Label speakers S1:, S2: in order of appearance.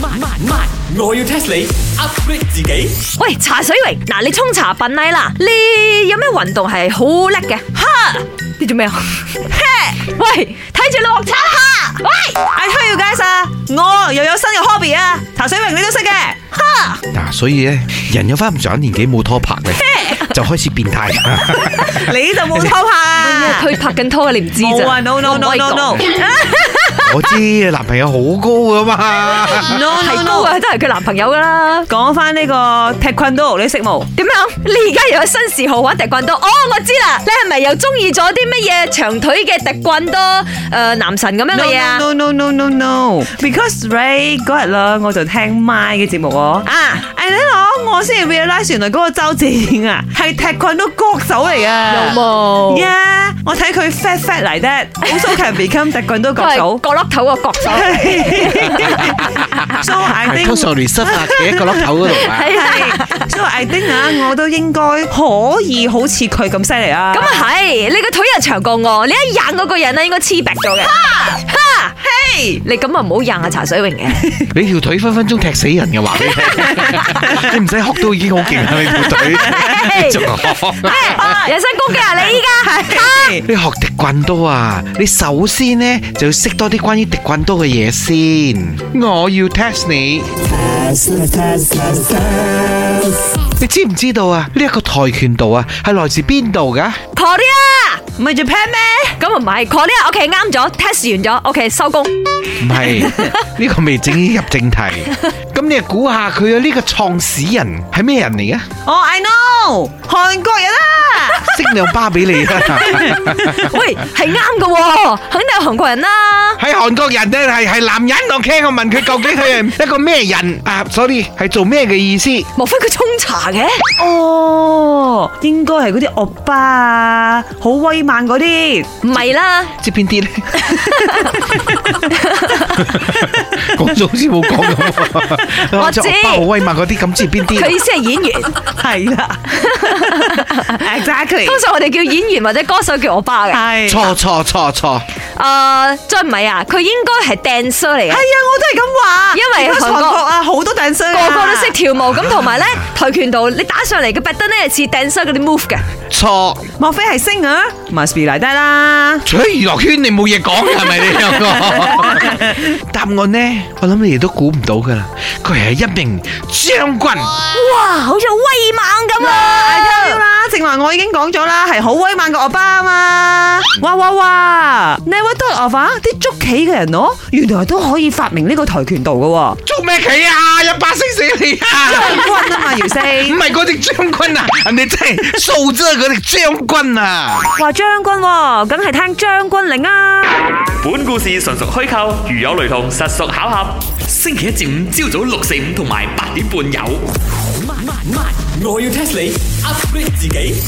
S1: 慢慢慢，我要 test 你 upgrade 自己。
S2: 喂，茶水榮，嗱你沖茶品奶啦，你有咩運動係好叻嘅？哈，你做咩啊？嘿，喂，睇住你鑊茶哈，喂，
S3: I tell you guys 啊，我又有新嘅 hobby 啊，茶水榮你都識 嘅，
S2: 哈，
S4: 嗱，所以咧，人有翻咁上下年紀冇拖拍咧，就開始變態。
S3: 你就冇偷拍。
S2: 哎佢拍緊拖嘅，你唔知
S3: 冇
S2: 咋
S3: 啊，no no
S2: 我唔
S3: no
S2: 可以
S3: no
S2: 講
S3: no
S4: 我知男朋友好高噶嘛，
S3: no
S2: 係
S3: no
S2: 高
S3: no。
S2: 啊，都係佢男朋友噶啦。
S3: 講翻呢個踢棍都，你識冇？
S2: 點樣？你而家又有新嗜好玩跆棍道？哦，我知啦，你係咪又中意咗啲乜嘢長腿嘅跆棍道誒男神咁樣嘅嘢啊？
S3: No no no no no no，because Ray 嗰日啦，我就聽 My 嘅節目哦。
S2: 啊，
S3: And then 我我先 realize 原來嗰個周志遠啊係踢棍都國手嚟嘅。
S2: 有冇
S3: ？Yeah，我睇佢 fat fat 嚟得，also can become 踢棍都
S2: 佢
S3: 國
S2: 係
S3: 手。
S2: 角落頭啊個角手，
S3: So I
S4: 係
S3: think
S4: 通常連失發嘅一個粒頭嗰度啊。
S2: 係係。
S3: 係，所以 I think 啊，我都應該可以好似佢咁犀利啊。
S2: 咁啊係，你個腿又長過我，你一硬嗰個人咧啊應該黐白咗嘅。哈，
S3: 係，
S2: 你咁啊唔好硬啊茶水榮嘅，
S4: 你條腿分分鐘踢死人嘅話俾你聽，你唔 使學都已經好勁啦！你條腿， 你仲學？
S2: 哎人身攻擊啊你依家。
S3: 係
S4: 你學迪棍刀啊！你首先呢就要識多啲關於迪棍刀嘅嘢先。我要 test 你，你知唔知道啊？呢、一個跆拳道啊，係來自邊度噶？
S2: Korea，哎
S3: 唔係 Japan 咩？
S2: 咁唔係 Korea，OK 啱咗，test 完咗，OK 收工。
S4: 唔係呢個未整入正題。咁你就估下佢啊嘅呢個創始人係咩人嚟嘅？
S3: 哦，I know，韓國人 啦。
S4: 適量巴俾你啊！
S2: 喂，係啱嘅喎，肯定係韓國人啊啦。
S4: 喺韓國人咧係係男人，OK，我問佢究竟佢係一個咩人啊？sorry，係做咩嘅意思？
S2: 莫非佢沖茶嘅？
S3: 哦，應該係嗰啲惡霸啊，好威猛嗰啲。
S2: 唔係啦，
S4: 知邊啲咧？ 講咗好似冇講咁喎。
S2: 我 知
S4: 即係歐巴好威猛嗰啲，咁知邊
S2: 佢
S4: 啲？
S2: 意思係演員。
S3: 係啦，exactly
S2: 通常我哋叫演員或者歌手叫我爸嘅。
S3: 係。
S4: 錯錯錯錯！
S2: 誒，再唔係啊，佢應該係 dancer 嚟嘅
S3: 係。啊，我都係咁話。
S2: 因為
S3: 而家
S2: 韓國
S3: 韓國啊，好多 dancer
S2: 個
S3: 啊
S2: 個都識。跳舞，咁同埋 咧跆拳道你打上嚟嘅 b a t 咧似 dancer 嗰啲 move 嘅，
S4: 錯！
S3: 莫非係 singer？Must be 嚟得啦。
S4: 除咗娛樂圈，你冇嘢講係咪？你兩 個答案呢？我諗你哋都估唔到噶啦。佢係一名將軍，
S2: 哇，好似好威猛咁
S3: 哎呀
S2: 啊！
S3: 啦，正話我已經講咗啦，係好威猛嘅惡霸啊嘛！哇哇哇！Never thought of 啊，啲捉棋嘅人咯，原來都可以發明呢個跆拳道嘅喎，
S4: 捉咩棋啊？一巴死死你啊！
S3: 將軍啊嘛，姚
S4: 唔
S3: 四，
S4: 係嗰隻將軍啊，人哋真係掃咗嗰隻將軍啊！
S3: 話將軍喎，梗係聽將軍令啊！
S5: 本故事純屬虛構，如有雷同，實屬巧合。星期一至五朝早六四五同埋八點半有。
S1: 慢慢慢，我要 test 你 upgrade 自己。